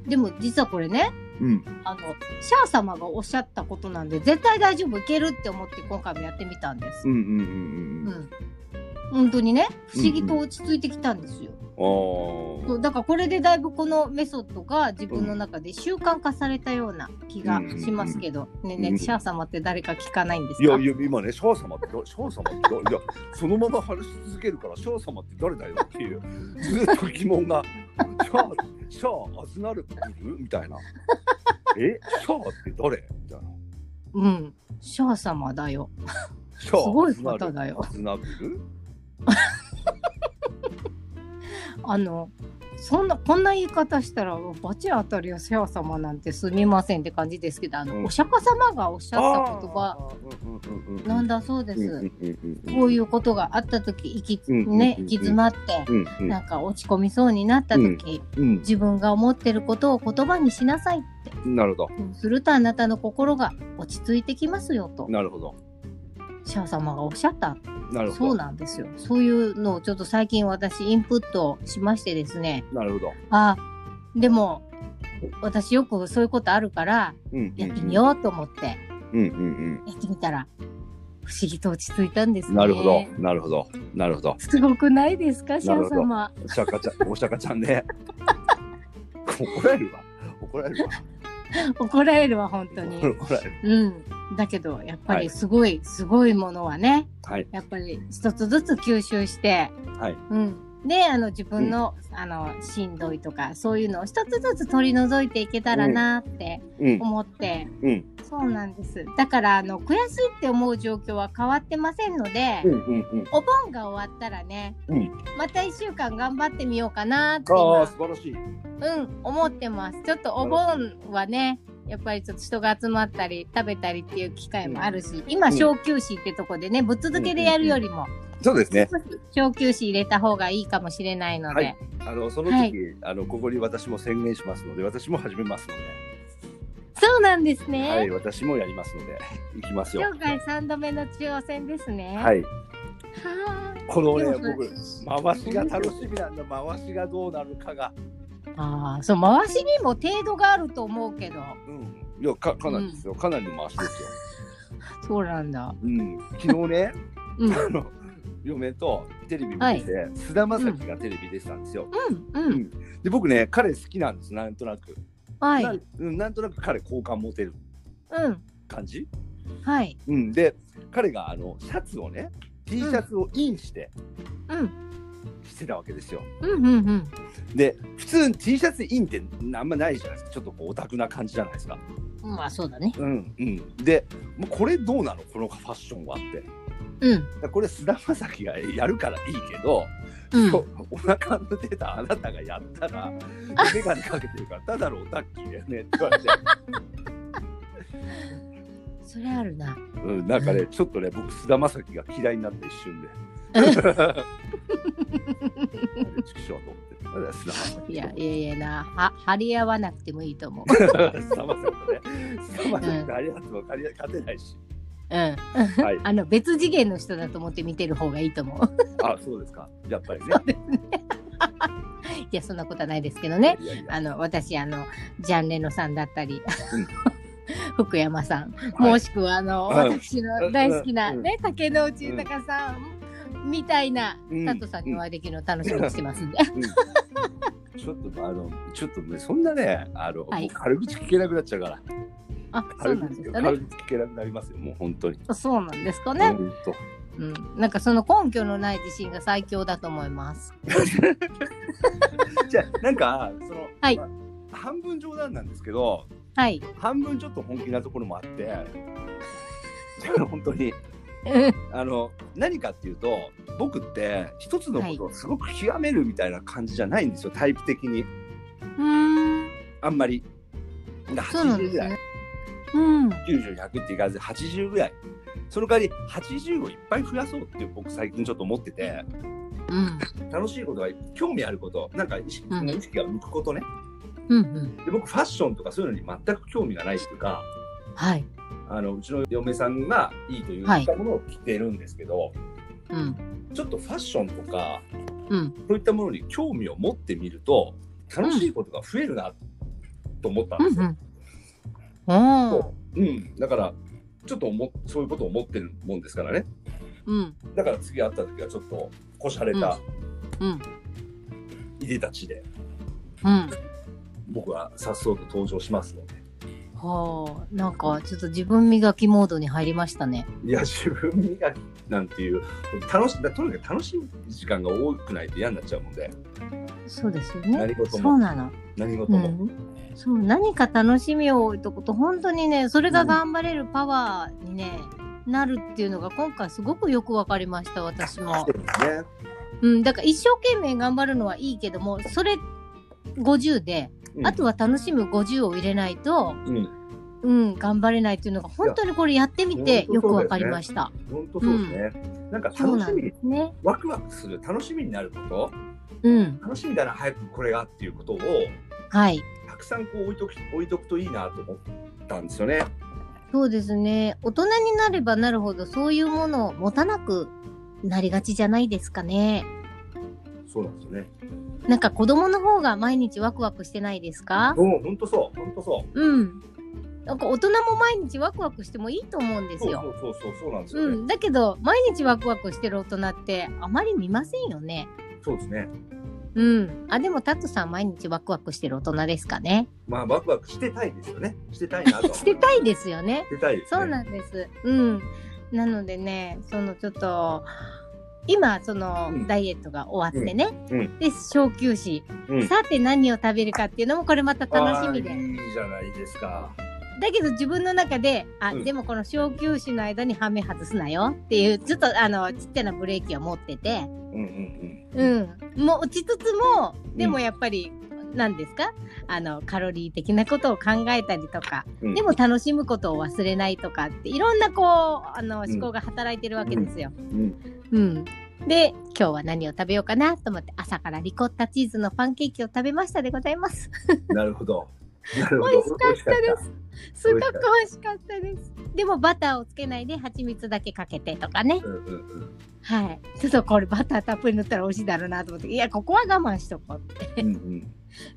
[SPEAKER 1] でも実はこれね
[SPEAKER 2] うん。
[SPEAKER 1] あのシャア様がおっしゃったことなんで絶対大丈夫いけるって思って今回もやってみたんです
[SPEAKER 2] う、んうんうん
[SPEAKER 1] う
[SPEAKER 2] うん。
[SPEAKER 1] ん、本当にね不思議と落ち着いてきたんですよ、
[SPEAKER 2] お
[SPEAKER 1] そうだからこれでだいぶこのメソッドが自分の中で習慣化されたような気がしますけど、ねえねえ
[SPEAKER 2] うん
[SPEAKER 1] シャア様って誰か聞かないんです
[SPEAKER 2] いや
[SPEAKER 1] か
[SPEAKER 2] いや今ね翔様って翔様ってどいやそのまま話し続けるから翔様って誰だよっていうずっと疑問が「シャーシャーアズナルいる?」みたいな「えシャーって誰?」みたいな
[SPEAKER 1] うんシャア様だよ
[SPEAKER 2] 「シャ
[SPEAKER 1] すご
[SPEAKER 2] ー
[SPEAKER 1] い方だよ
[SPEAKER 2] アズナブル
[SPEAKER 1] あのそんなこんな言い方したらバチ当たるよシャア様なんてすみませんって感じですけどあの、
[SPEAKER 2] うん
[SPEAKER 1] お釈迦様がおっしゃった言葉
[SPEAKER 2] あーうんうんうんうん
[SPEAKER 1] なんだそうです、
[SPEAKER 2] うんうんうんうん
[SPEAKER 1] こういうことがあった時行き,、
[SPEAKER 2] うん
[SPEAKER 1] ね、
[SPEAKER 2] うん
[SPEAKER 1] 行き詰まって、
[SPEAKER 2] うんうん
[SPEAKER 1] なんか落ち込みそうになった時、
[SPEAKER 2] うん
[SPEAKER 1] 自分が思ってることを言葉にしなさいって
[SPEAKER 2] なるほ
[SPEAKER 1] するとあなたの心が落ち着いてきますよと
[SPEAKER 2] どなるほど
[SPEAKER 1] シャア様がおっしゃった
[SPEAKER 2] なるほど
[SPEAKER 1] そうなんですよそういうのをちょっと最近私インプットしましてですね
[SPEAKER 2] なるほど。
[SPEAKER 1] あでも私よくそういうことあるから
[SPEAKER 2] うん
[SPEAKER 1] やってみようと思って
[SPEAKER 2] うんうん
[SPEAKER 1] やってみたら不思議と落ち着いたんです
[SPEAKER 2] うん。
[SPEAKER 1] ね。
[SPEAKER 2] なるほど、なるほど、なるほど。
[SPEAKER 1] すごくないですか、シ
[SPEAKER 2] なる
[SPEAKER 1] ャ
[SPEAKER 2] ほ
[SPEAKER 1] ン
[SPEAKER 2] ど
[SPEAKER 1] 様。
[SPEAKER 2] お釈迦 ちゃん、お釈迦ちゃんね。怒られるわ。怒られるわ。
[SPEAKER 1] 怒られるわ、本当 に。
[SPEAKER 2] 怒られる。
[SPEAKER 1] うん。だけど、やっぱ
[SPEAKER 2] はい
[SPEAKER 1] りすごい、すごいものはね、
[SPEAKER 2] はい。
[SPEAKER 1] やっぱり一つずつ吸収して、
[SPEAKER 2] はい。
[SPEAKER 1] うん。で、あの、自分の、あの、しんどいとか、そういうのを一つずつ取り除いていけたらなって
[SPEAKER 2] うん。
[SPEAKER 1] 思って、
[SPEAKER 2] うん。
[SPEAKER 1] そうなんです。だから、あの、悔しいって思う状況は変わってませんので、
[SPEAKER 2] うん。うん。
[SPEAKER 1] お盆が終わったらね、
[SPEAKER 2] うん
[SPEAKER 1] また一週間頑張ってみようかなって
[SPEAKER 2] あ
[SPEAKER 1] 今
[SPEAKER 2] あ、素晴らしい。
[SPEAKER 1] うん、思ってます。ちょっとお盆はね、やっぱりちょっと人が集まったり食べたりっていう機会もあるし、今
[SPEAKER 2] うん
[SPEAKER 1] 小休止ってとこでね、ぶっ続けでやるよりも、
[SPEAKER 2] そうですね。
[SPEAKER 1] 小休止入れた方がいいかもしれないので、
[SPEAKER 2] はいあの、その
[SPEAKER 1] は
[SPEAKER 2] 時
[SPEAKER 1] い、
[SPEAKER 2] あの、ここに私も宣言しますので、私も始めますので。
[SPEAKER 1] そうなんですね。
[SPEAKER 2] はい、私もやりますので、行きますよ。
[SPEAKER 1] 今回三度目の中央戦ですね。。
[SPEAKER 2] はいい。
[SPEAKER 1] は
[SPEAKER 2] このね、
[SPEAKER 1] でも
[SPEAKER 2] 僕、回しが楽しみなんだ。回しがどうなるかが。
[SPEAKER 1] ーあー、そう回しにも程度があると思うけど、
[SPEAKER 2] うん。いや、か、かなりですよ。かなりの回しですよ。
[SPEAKER 1] そうなんだ。
[SPEAKER 2] うん。昨日ね。
[SPEAKER 1] うん、
[SPEAKER 2] あの嫁とテレビ見てて、菅田将暉がテレビ出てたんですよ。
[SPEAKER 1] うん、うん、
[SPEAKER 2] で僕ね彼好きなんですなんとなく、
[SPEAKER 1] はい、
[SPEAKER 2] な
[SPEAKER 1] うん
[SPEAKER 2] うんなんとなく彼好感持てる
[SPEAKER 1] ん、
[SPEAKER 2] 感じ、
[SPEAKER 1] はい、
[SPEAKER 2] うん、で彼があのシャツをね T シャツをインして
[SPEAKER 1] うん、
[SPEAKER 2] してたわけですよ。
[SPEAKER 1] うん、うん、うん、
[SPEAKER 2] で普通 T シャツインってあんまないじゃないですかちょっとこうオタクな感じじゃないですか。
[SPEAKER 1] まあそうだね。
[SPEAKER 2] うんうん、でもうこれどうなのこのファッションはって。
[SPEAKER 1] うん、
[SPEAKER 2] だからこれ菅田将暉がやるからいいけど。
[SPEAKER 1] うん、
[SPEAKER 2] お腹の出たあなたがやったら眼鏡かけて るからただのオタッキーだよねって言われて、
[SPEAKER 1] それあるな。
[SPEAKER 2] うん、なんかねちょっとね僕菅田将暉が嫌いになって一 瞬で畜生と思ってただ菅田将暉
[SPEAKER 1] いやいやいやな、は張り合わなくてもいいと思う。
[SPEAKER 2] 菅田将暉とね菅田将暉とありがとう借り勝てないし
[SPEAKER 1] うん、
[SPEAKER 2] はい
[SPEAKER 1] あの別次元の人だと思って見てる方がいいと思う。
[SPEAKER 2] あそうですかやっぱりね
[SPEAKER 1] いや、そんなことはないですけどね。
[SPEAKER 2] いやいや
[SPEAKER 1] あの、私、あの、ジャンレノさんだったり。 福山さん、
[SPEAKER 2] は
[SPEAKER 1] も
[SPEAKER 2] い
[SPEAKER 1] しくはあの、
[SPEAKER 2] はい
[SPEAKER 1] 私の大好きな、
[SPEAKER 2] うん
[SPEAKER 1] ね、竹野内豊さん、みたいな
[SPEAKER 2] うん
[SPEAKER 1] 佐藤さんにお会いできるのを楽しみにしてますんで、
[SPEAKER 2] ちょっとあのちょっとねそんなねあの、
[SPEAKER 1] はい
[SPEAKER 2] もう軽口聞けなくなっちゃうから
[SPEAKER 1] あそう
[SPEAKER 2] 軽
[SPEAKER 1] なん
[SPEAKER 2] 口
[SPEAKER 1] です
[SPEAKER 2] よ
[SPEAKER 1] かね
[SPEAKER 2] 軽口聞けなくなりますよもう本当に、
[SPEAKER 1] そうなんですか
[SPEAKER 2] ほ
[SPEAKER 1] ね、
[SPEAKER 2] んと
[SPEAKER 1] うん、なんかその根拠のない自信が最強だと思います
[SPEAKER 2] じゃあなんかその、
[SPEAKER 1] はい
[SPEAKER 2] まあ半分冗談なんですけど
[SPEAKER 1] はい
[SPEAKER 2] 半分ちょっと本気なところもあって あの本当にあの何かっていうと僕って一つのことをすごく極めるみたいな感じじゃないんですよ、タイプ的に
[SPEAKER 1] うん
[SPEAKER 2] あんまり。
[SPEAKER 1] そうなんです
[SPEAKER 2] 80ぐらい、
[SPEAKER 1] ね。うん。
[SPEAKER 2] 90100っていかず80ぐらいその代わり80をいっぱい増やそうって僕最近ちょっと思ってて
[SPEAKER 1] うん。
[SPEAKER 2] 楽しいことが興味あることなんか意識,、
[SPEAKER 1] うん
[SPEAKER 2] 意識が向くことね
[SPEAKER 1] うん。うん。
[SPEAKER 2] で僕ファッションとかそういうのに全く興味がないっていうか、
[SPEAKER 1] はい。
[SPEAKER 2] あのうちの嫁さんがいいと言ったものを着てるんですけど、
[SPEAKER 1] うん。
[SPEAKER 2] ちょっとファッションとか
[SPEAKER 1] うん。
[SPEAKER 2] そういったものに興味を持ってみると楽しいことが増えるなと思ったん
[SPEAKER 1] う
[SPEAKER 2] ですよ。
[SPEAKER 1] ん。うん。おー
[SPEAKER 2] うんだからちょっと思っそういうことを思ってるもんですからね
[SPEAKER 1] うん。
[SPEAKER 2] だから次会った時はちょっとこしゃれた
[SPEAKER 1] うん。
[SPEAKER 2] いでたちで
[SPEAKER 1] うん。
[SPEAKER 2] 僕はさっそうと登場しますので
[SPEAKER 1] はあ。なんか、ちょっと自分磨きモードに入りましたね。
[SPEAKER 2] いや自分磨きなんていう楽しだとにかく楽しい時間が多くないと嫌になっちゃうもんで
[SPEAKER 1] そうですよね。
[SPEAKER 2] 何事も
[SPEAKER 1] そうなの。
[SPEAKER 2] 何事
[SPEAKER 1] う
[SPEAKER 2] も。
[SPEAKER 1] ん。そう、何か楽しみを置いとくと、本当にね、それが頑張れるパワーにね。なるっていうのが今回すごくよくわかりました私 も
[SPEAKER 2] そう、ですね
[SPEAKER 1] うん、だから一生懸命頑張るのはいいけどもそれ50で、
[SPEAKER 2] うん
[SPEAKER 1] あとは楽しむ50を入れないと、
[SPEAKER 2] うん
[SPEAKER 1] うん、頑張れないっていうのが本当にこれやってみてよくわかりました。
[SPEAKER 2] 本当そうですね。なんか
[SPEAKER 1] そう
[SPEAKER 2] 楽
[SPEAKER 1] な
[SPEAKER 2] し
[SPEAKER 1] ん
[SPEAKER 2] み
[SPEAKER 1] で、すね。
[SPEAKER 2] ワクワクする、楽しみになること、
[SPEAKER 1] うん、
[SPEAKER 2] 楽しみだな、早くこれがっていうことを、
[SPEAKER 1] はい。
[SPEAKER 2] たくさんこう置いとく置いとくといいなと思ったんですよね。
[SPEAKER 1] そうですね。大人になればなるほどそういうものを持たなくなりがちじゃないですかね。
[SPEAKER 2] そうなんですよね。
[SPEAKER 1] なんか子供の方が毎日ワクワクしてないですか
[SPEAKER 2] うん、本当そう、本当そう。
[SPEAKER 1] うん。なんか大人も毎日ワクワクしてもいいと思うんです
[SPEAKER 2] そう
[SPEAKER 1] よ。
[SPEAKER 2] そうそうそう、そうなんですよ
[SPEAKER 1] う
[SPEAKER 2] ね。
[SPEAKER 1] ん、だけど毎日ワクワクしてる大人ってあまり見ませんよね。
[SPEAKER 2] そうですね。
[SPEAKER 1] うん。あでもタトさん毎日ワクワクしてる大人ですかね。
[SPEAKER 2] まあ、ワクワクしてたいですよね。してたいなと。
[SPEAKER 1] して
[SPEAKER 2] い。
[SPEAKER 1] たいですよね。
[SPEAKER 2] してたいです、ね。
[SPEAKER 1] そうなんです。うん。なのでね、そのちょっと。今その
[SPEAKER 2] うん
[SPEAKER 1] ダイエットが終わってね、
[SPEAKER 2] うんうん
[SPEAKER 1] で小休止、
[SPEAKER 2] うん
[SPEAKER 1] さて何を食べるかっていうのもこれまた楽しみで
[SPEAKER 2] あーいいじゃないですか。
[SPEAKER 1] だけど自分の中であ、
[SPEAKER 2] うん
[SPEAKER 1] でもこの小休止の間にハメ外すなよっていうちょっとあのちっちゃなブレーキを持ってて、
[SPEAKER 2] うんうん
[SPEAKER 1] う
[SPEAKER 2] うん。
[SPEAKER 1] ん、もう落ちつつも
[SPEAKER 2] ん
[SPEAKER 1] でもやっぱり、何ですかあのカロリー的なことを考えたりとか、
[SPEAKER 2] うん
[SPEAKER 1] でも楽しむことを忘れないとかっていろんなこうあの
[SPEAKER 2] ん
[SPEAKER 1] 思考が働いてるわけですよ。
[SPEAKER 2] うん。
[SPEAKER 1] うんで今日は何を食べようかなと思って朝からリコッタチーズのパンケーキを食べましたでござい ます。
[SPEAKER 2] なるほど。なるほ
[SPEAKER 1] 美
[SPEAKER 2] ど
[SPEAKER 1] 味しかったです。すごく
[SPEAKER 2] 美味しかっ
[SPEAKER 1] 美味しかったです。でもバターをつけないで蜂蜜だけかけてとかね。
[SPEAKER 2] うんうんうん
[SPEAKER 1] はい。ちょっとこれバターたっぷり塗ったら美味しいだろうなと思って、いや、ここは我慢しとこうって。
[SPEAKER 2] うんうん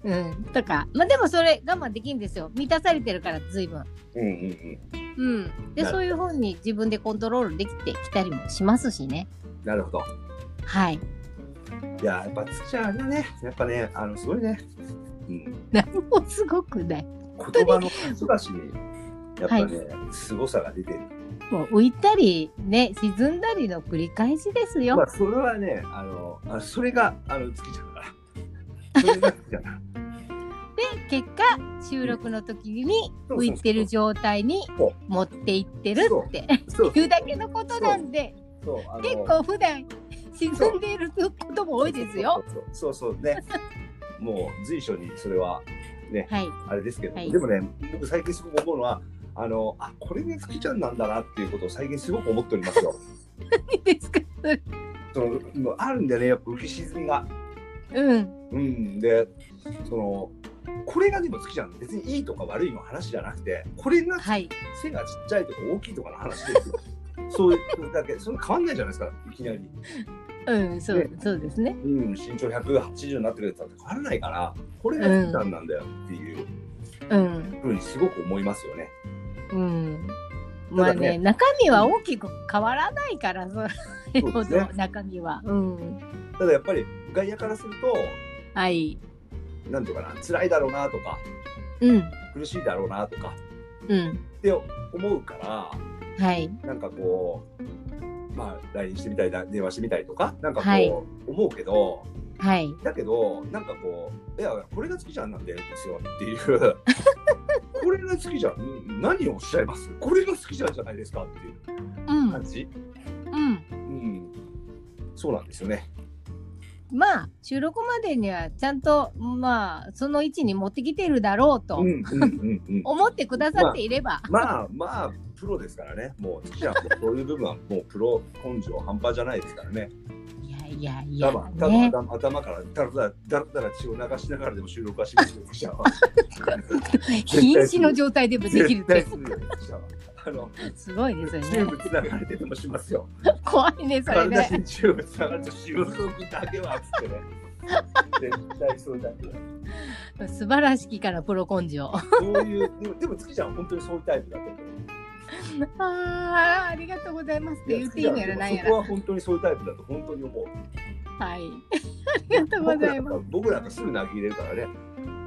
[SPEAKER 1] うん。とか、まあでもそれ我慢できるんですよ。満たされてるから随分。
[SPEAKER 2] うんうん
[SPEAKER 1] うん。で、
[SPEAKER 2] なる
[SPEAKER 1] そういう風に自分でコントロールできてきたりもしますしね。
[SPEAKER 2] うん。なるほど。
[SPEAKER 1] はい。
[SPEAKER 2] いや、やっぱつちゃんあれだね。やっぱね、あのすごいね。うん。
[SPEAKER 1] 何も すごくない。
[SPEAKER 2] 言葉の数々にやっぱね、凄さが出てる。
[SPEAKER 1] もう浮いたり、ね、沈んだりの繰り返しですよ。
[SPEAKER 2] まあそれはね、あのあそれがあのつきちゃんから。それがつきちゃんから。
[SPEAKER 1] で、結果、収録の時に
[SPEAKER 2] そうそうそう
[SPEAKER 1] 浮いてる状態に
[SPEAKER 2] そう
[SPEAKER 1] 持っていってるって。
[SPEAKER 2] そう
[SPEAKER 1] 言うだけのことなんで
[SPEAKER 2] そうあの
[SPEAKER 1] 結構普段沈んでいることも多いですよ。。
[SPEAKER 2] そうそうそうそ うね。もう随所にそれは
[SPEAKER 1] はい、
[SPEAKER 2] あれですけど、
[SPEAKER 1] はい
[SPEAKER 2] でもね、僕最近すごく思うのは、あのあこれでつきちゃんなんだなっていうことを最近すごく思っておりますよ。
[SPEAKER 1] いいですか。
[SPEAKER 2] そのもうあるんだよね、やっぱ浮き沈みが。
[SPEAKER 1] うん、
[SPEAKER 2] うんで、そのこれがでもつきちゃん別にいいとか悪いの話じゃなくて、これが
[SPEAKER 1] はい、
[SPEAKER 2] 背がちっちゃいとか大きいとかの話ですよ。 そういうだけ、それ変わんないじゃないですか、いきなり。
[SPEAKER 1] うん、そう、
[SPEAKER 2] ね
[SPEAKER 1] そうですね。
[SPEAKER 2] うん、身長180になってるやつなんて変わらないから、これが普段なんだよっていう
[SPEAKER 1] うん、
[SPEAKER 2] ふうにすごく思いますよね。
[SPEAKER 1] うん。まあ
[SPEAKER 2] ただ
[SPEAKER 1] ね、
[SPEAKER 2] ね
[SPEAKER 1] 中身は大きく変わらないから、 それ
[SPEAKER 2] そ
[SPEAKER 1] ほ
[SPEAKER 2] うですね
[SPEAKER 1] ど中身は。うん、
[SPEAKER 2] ただやっぱり外野からすると、
[SPEAKER 1] はい、
[SPEAKER 2] なんていうかな、辛いだろうなとか、
[SPEAKER 1] うん、
[SPEAKER 2] 苦しいだろうなとか
[SPEAKER 1] うん、
[SPEAKER 2] って思うか
[SPEAKER 1] はい、
[SPEAKER 2] ら、なんかこう、まあ、LINE してみたりだ、電話してみたりとか、なんかこう、
[SPEAKER 1] はい
[SPEAKER 2] 思うけど、
[SPEAKER 1] はい。
[SPEAKER 2] だけど、なんかこう、いや、これが好きじゃんなんだよですよっ ていう。これが好きじゃん、うん何をおっしゃいますこれが好きじゃんじゃないですかっていう
[SPEAKER 1] うん、う
[SPEAKER 2] 感じ。
[SPEAKER 1] ん。
[SPEAKER 2] うん、そうなんですよね。
[SPEAKER 1] まあ、収録までにはちゃんと、まあ、その位置に持ってきてるだろうと
[SPEAKER 2] うんうんうんうん
[SPEAKER 1] 思ってくださっていれば。
[SPEAKER 2] まあまあプロですからね、もう月ちゃんもそういう部分はもうプロ根性半端じゃないですからね。
[SPEAKER 1] いやいやい
[SPEAKER 2] た
[SPEAKER 1] や、
[SPEAKER 2] だただ
[SPEAKER 1] ね。
[SPEAKER 2] 頭頭からだらだらだらだら血を流しながらでも収録はしますよ、月ちゃんは。
[SPEAKER 1] 瀕死の状態でもできるっ
[SPEAKER 2] 絶対
[SPEAKER 1] て
[SPEAKER 2] するよ、月ちゃんは。 あの
[SPEAKER 1] すごいですよ
[SPEAKER 2] チュ
[SPEAKER 1] ね
[SPEAKER 2] ー。ブつながれててもしますよ。
[SPEAKER 1] 怖いねそれ
[SPEAKER 2] 体
[SPEAKER 1] ね。
[SPEAKER 2] にチューブつながれて収録だけはっつってね。絶対そうだけど。
[SPEAKER 1] 素晴らしきからプロ根性。あ
[SPEAKER 2] そういうでもでも月ちゃんは本当にそういうタイプだと思う。
[SPEAKER 1] あありがとうございますって言っていいのやらないや
[SPEAKER 2] そこ
[SPEAKER 1] ら。
[SPEAKER 2] は本当にそういうタイプだと本当に思う。
[SPEAKER 1] はい。 ありがとうございます。
[SPEAKER 2] 僕らがすぐ投げ入れるからね。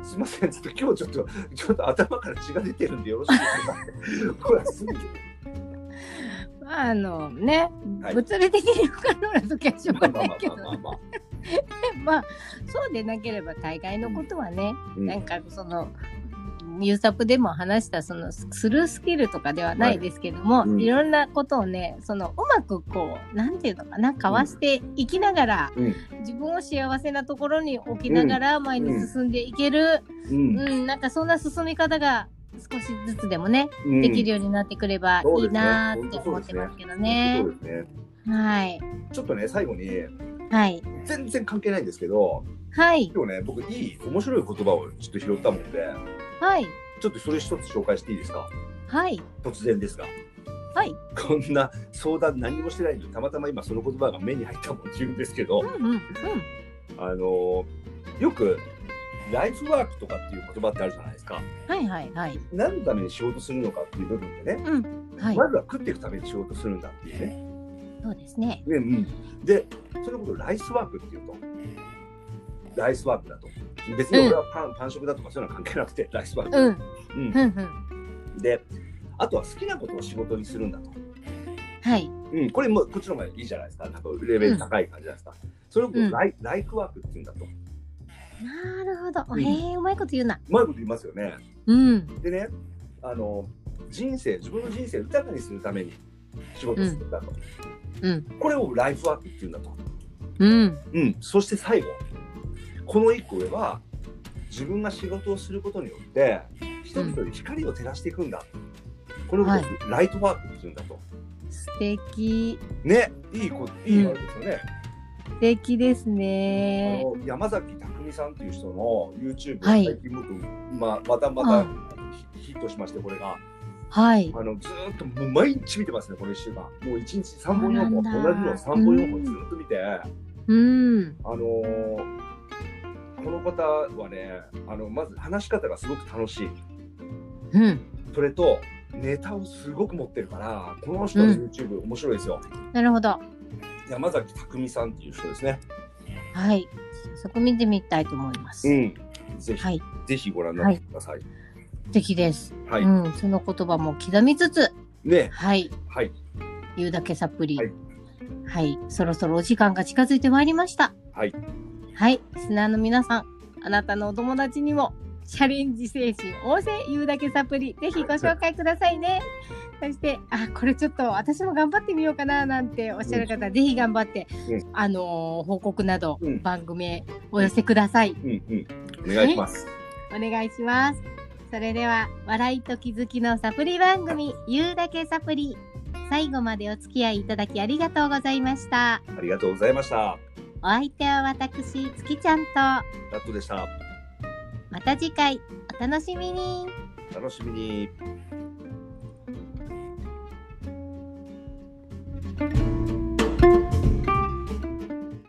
[SPEAKER 2] すみません、ちょっと今日ちょっと、ちょっと頭から血が出てるんでよろしいですか。ほら、すぐ。
[SPEAKER 1] あのね、
[SPEAKER 2] はい
[SPEAKER 1] 物理的に不可能な時はしょう
[SPEAKER 2] まあ
[SPEAKER 1] が
[SPEAKER 2] まあ
[SPEAKER 1] ないけ
[SPEAKER 2] ま
[SPEAKER 1] ど、
[SPEAKER 2] あまあまあ。
[SPEAKER 1] まあそうでなければ大概のことはね、
[SPEAKER 2] うん
[SPEAKER 1] なんかその。ユーサプでも話したそのスルースキルとかではないですけども、
[SPEAKER 2] はい
[SPEAKER 1] い
[SPEAKER 2] うん
[SPEAKER 1] ろんなことをねそのうまくこうなんていうのかなかわしていきながら、
[SPEAKER 2] うん
[SPEAKER 1] 自分を幸せなところに置きながら前に進んでいける、
[SPEAKER 2] うん
[SPEAKER 1] うん、なんかそんな進み方が少しずつでもね、
[SPEAKER 2] うん
[SPEAKER 1] できるようになってくれば
[SPEAKER 2] そう
[SPEAKER 1] い
[SPEAKER 2] で
[SPEAKER 1] い
[SPEAKER 2] すね
[SPEAKER 1] なーって思ってますけどね
[SPEAKER 2] そ。うですね。
[SPEAKER 1] はい。
[SPEAKER 2] ちょっとね、最後に、
[SPEAKER 1] はい。
[SPEAKER 2] 全然関係ないんですけど、
[SPEAKER 1] はい。
[SPEAKER 2] 今日ね、僕、いい、面白い言葉をちょっと拾ったもんで、
[SPEAKER 1] はい。
[SPEAKER 2] ちょっとそれ一つ紹介していいですか。
[SPEAKER 1] はい。
[SPEAKER 2] 突然ですが。
[SPEAKER 1] はい。
[SPEAKER 2] こんな相談何もしてないのにたまたま今その言葉が目に入ったもんって言うんですけど、
[SPEAKER 1] うんうんうん。
[SPEAKER 2] あのよくライフワークとかっていう言葉ってあるじゃないですか。
[SPEAKER 1] はいはいはい。
[SPEAKER 2] 何のために仕事するのかっていう部分でね、
[SPEAKER 1] うん。はい。
[SPEAKER 2] まずは食っていくために仕事するんだっていうね。
[SPEAKER 1] そうですね。
[SPEAKER 2] で、うん、でそのことをライスワークっていうと、ライスワークだと。別に俺はパン、パン食だとかそういうのは関係なくて、ライスワーク。
[SPEAKER 1] うん。
[SPEAKER 2] うん
[SPEAKER 1] うんうん。
[SPEAKER 2] で、あとは好きなことを仕事にするんだと。
[SPEAKER 1] はい。
[SPEAKER 2] うん、これもこっちの方がいいじゃないですか。なんかレベル高い感じじゃないですか。それをこうライ,、ライフワークっていうんだと。
[SPEAKER 1] なるほ
[SPEAKER 2] う
[SPEAKER 1] ど。
[SPEAKER 2] ん
[SPEAKER 1] へえ、うまいこと言うな。
[SPEAKER 2] うまいこと言いますよね。
[SPEAKER 1] うん。
[SPEAKER 2] でね、あの人生、自分の人生を豊かにするために仕事をするんだと。
[SPEAKER 1] うん。
[SPEAKER 2] これをライフワークっていうんだと。
[SPEAKER 1] うん。
[SPEAKER 2] うん、そして最後この一個上は自分が仕事をすることによって人々に光を照らしていくんだ、これを
[SPEAKER 1] はい
[SPEAKER 2] ライトワークって言うんだと、
[SPEAKER 1] 素敵。
[SPEAKER 2] ねいいこいいあれですよね、
[SPEAKER 1] 素敵ですね。
[SPEAKER 2] あの山崎匠さんっていう人の YouTube
[SPEAKER 1] はい
[SPEAKER 2] 最近僕、ままたまた
[SPEAKER 1] あ
[SPEAKER 2] ヒヒットしましてこれが
[SPEAKER 1] はい。
[SPEAKER 2] あのずーっともう毎日見てますねこの1週間もう1日3本
[SPEAKER 1] そう
[SPEAKER 2] 4
[SPEAKER 1] な
[SPEAKER 2] 本
[SPEAKER 1] んだ
[SPEAKER 2] 同じのを3本4本ずーっと見て。
[SPEAKER 1] うん。
[SPEAKER 2] あのーこの方はねあのまず話し方がすごく楽しい
[SPEAKER 1] うん。
[SPEAKER 2] それとネタをすごく持ってるからこの人の
[SPEAKER 1] うん
[SPEAKER 2] YouTube 面白いですよ、
[SPEAKER 1] なるほど。
[SPEAKER 2] 山崎匠さんっていう人ですね
[SPEAKER 1] はい。そこ見てみたいと思います。
[SPEAKER 2] うんぜひ、
[SPEAKER 1] はい。
[SPEAKER 2] ぜひご覧になってください
[SPEAKER 1] 素敵です。
[SPEAKER 2] はい、
[SPEAKER 1] うん。その言葉も刻みつつ、
[SPEAKER 2] ね
[SPEAKER 1] はい。
[SPEAKER 2] はい
[SPEAKER 1] 言うだけサプリ。
[SPEAKER 2] は
[SPEAKER 1] はいい、そろそろお時間が近づいてまいりました。
[SPEAKER 2] はい。
[SPEAKER 1] はい。リスナーの皆さん、あなたのお友達にも、チャレンジ精神旺盛言うだけサプリ、ぜひご紹介くださいね。そして、あ、これちょっと私も頑張ってみようかななんておっしゃる方、ぜひ頑張って、
[SPEAKER 2] うん
[SPEAKER 1] あのー報告など、
[SPEAKER 2] うん
[SPEAKER 1] 番組へお寄せください。
[SPEAKER 2] うんうんお願いします、
[SPEAKER 1] お願いします。それでは、笑いと気づきのサプリ番組、言うだけサプリ。最後までお付き合いいただきありがとうございました。
[SPEAKER 2] ありがとうございました
[SPEAKER 1] お相手は私、月ちゃんと、
[SPEAKER 2] ラットでした
[SPEAKER 1] また次回、お楽しみに。
[SPEAKER 2] 楽しみに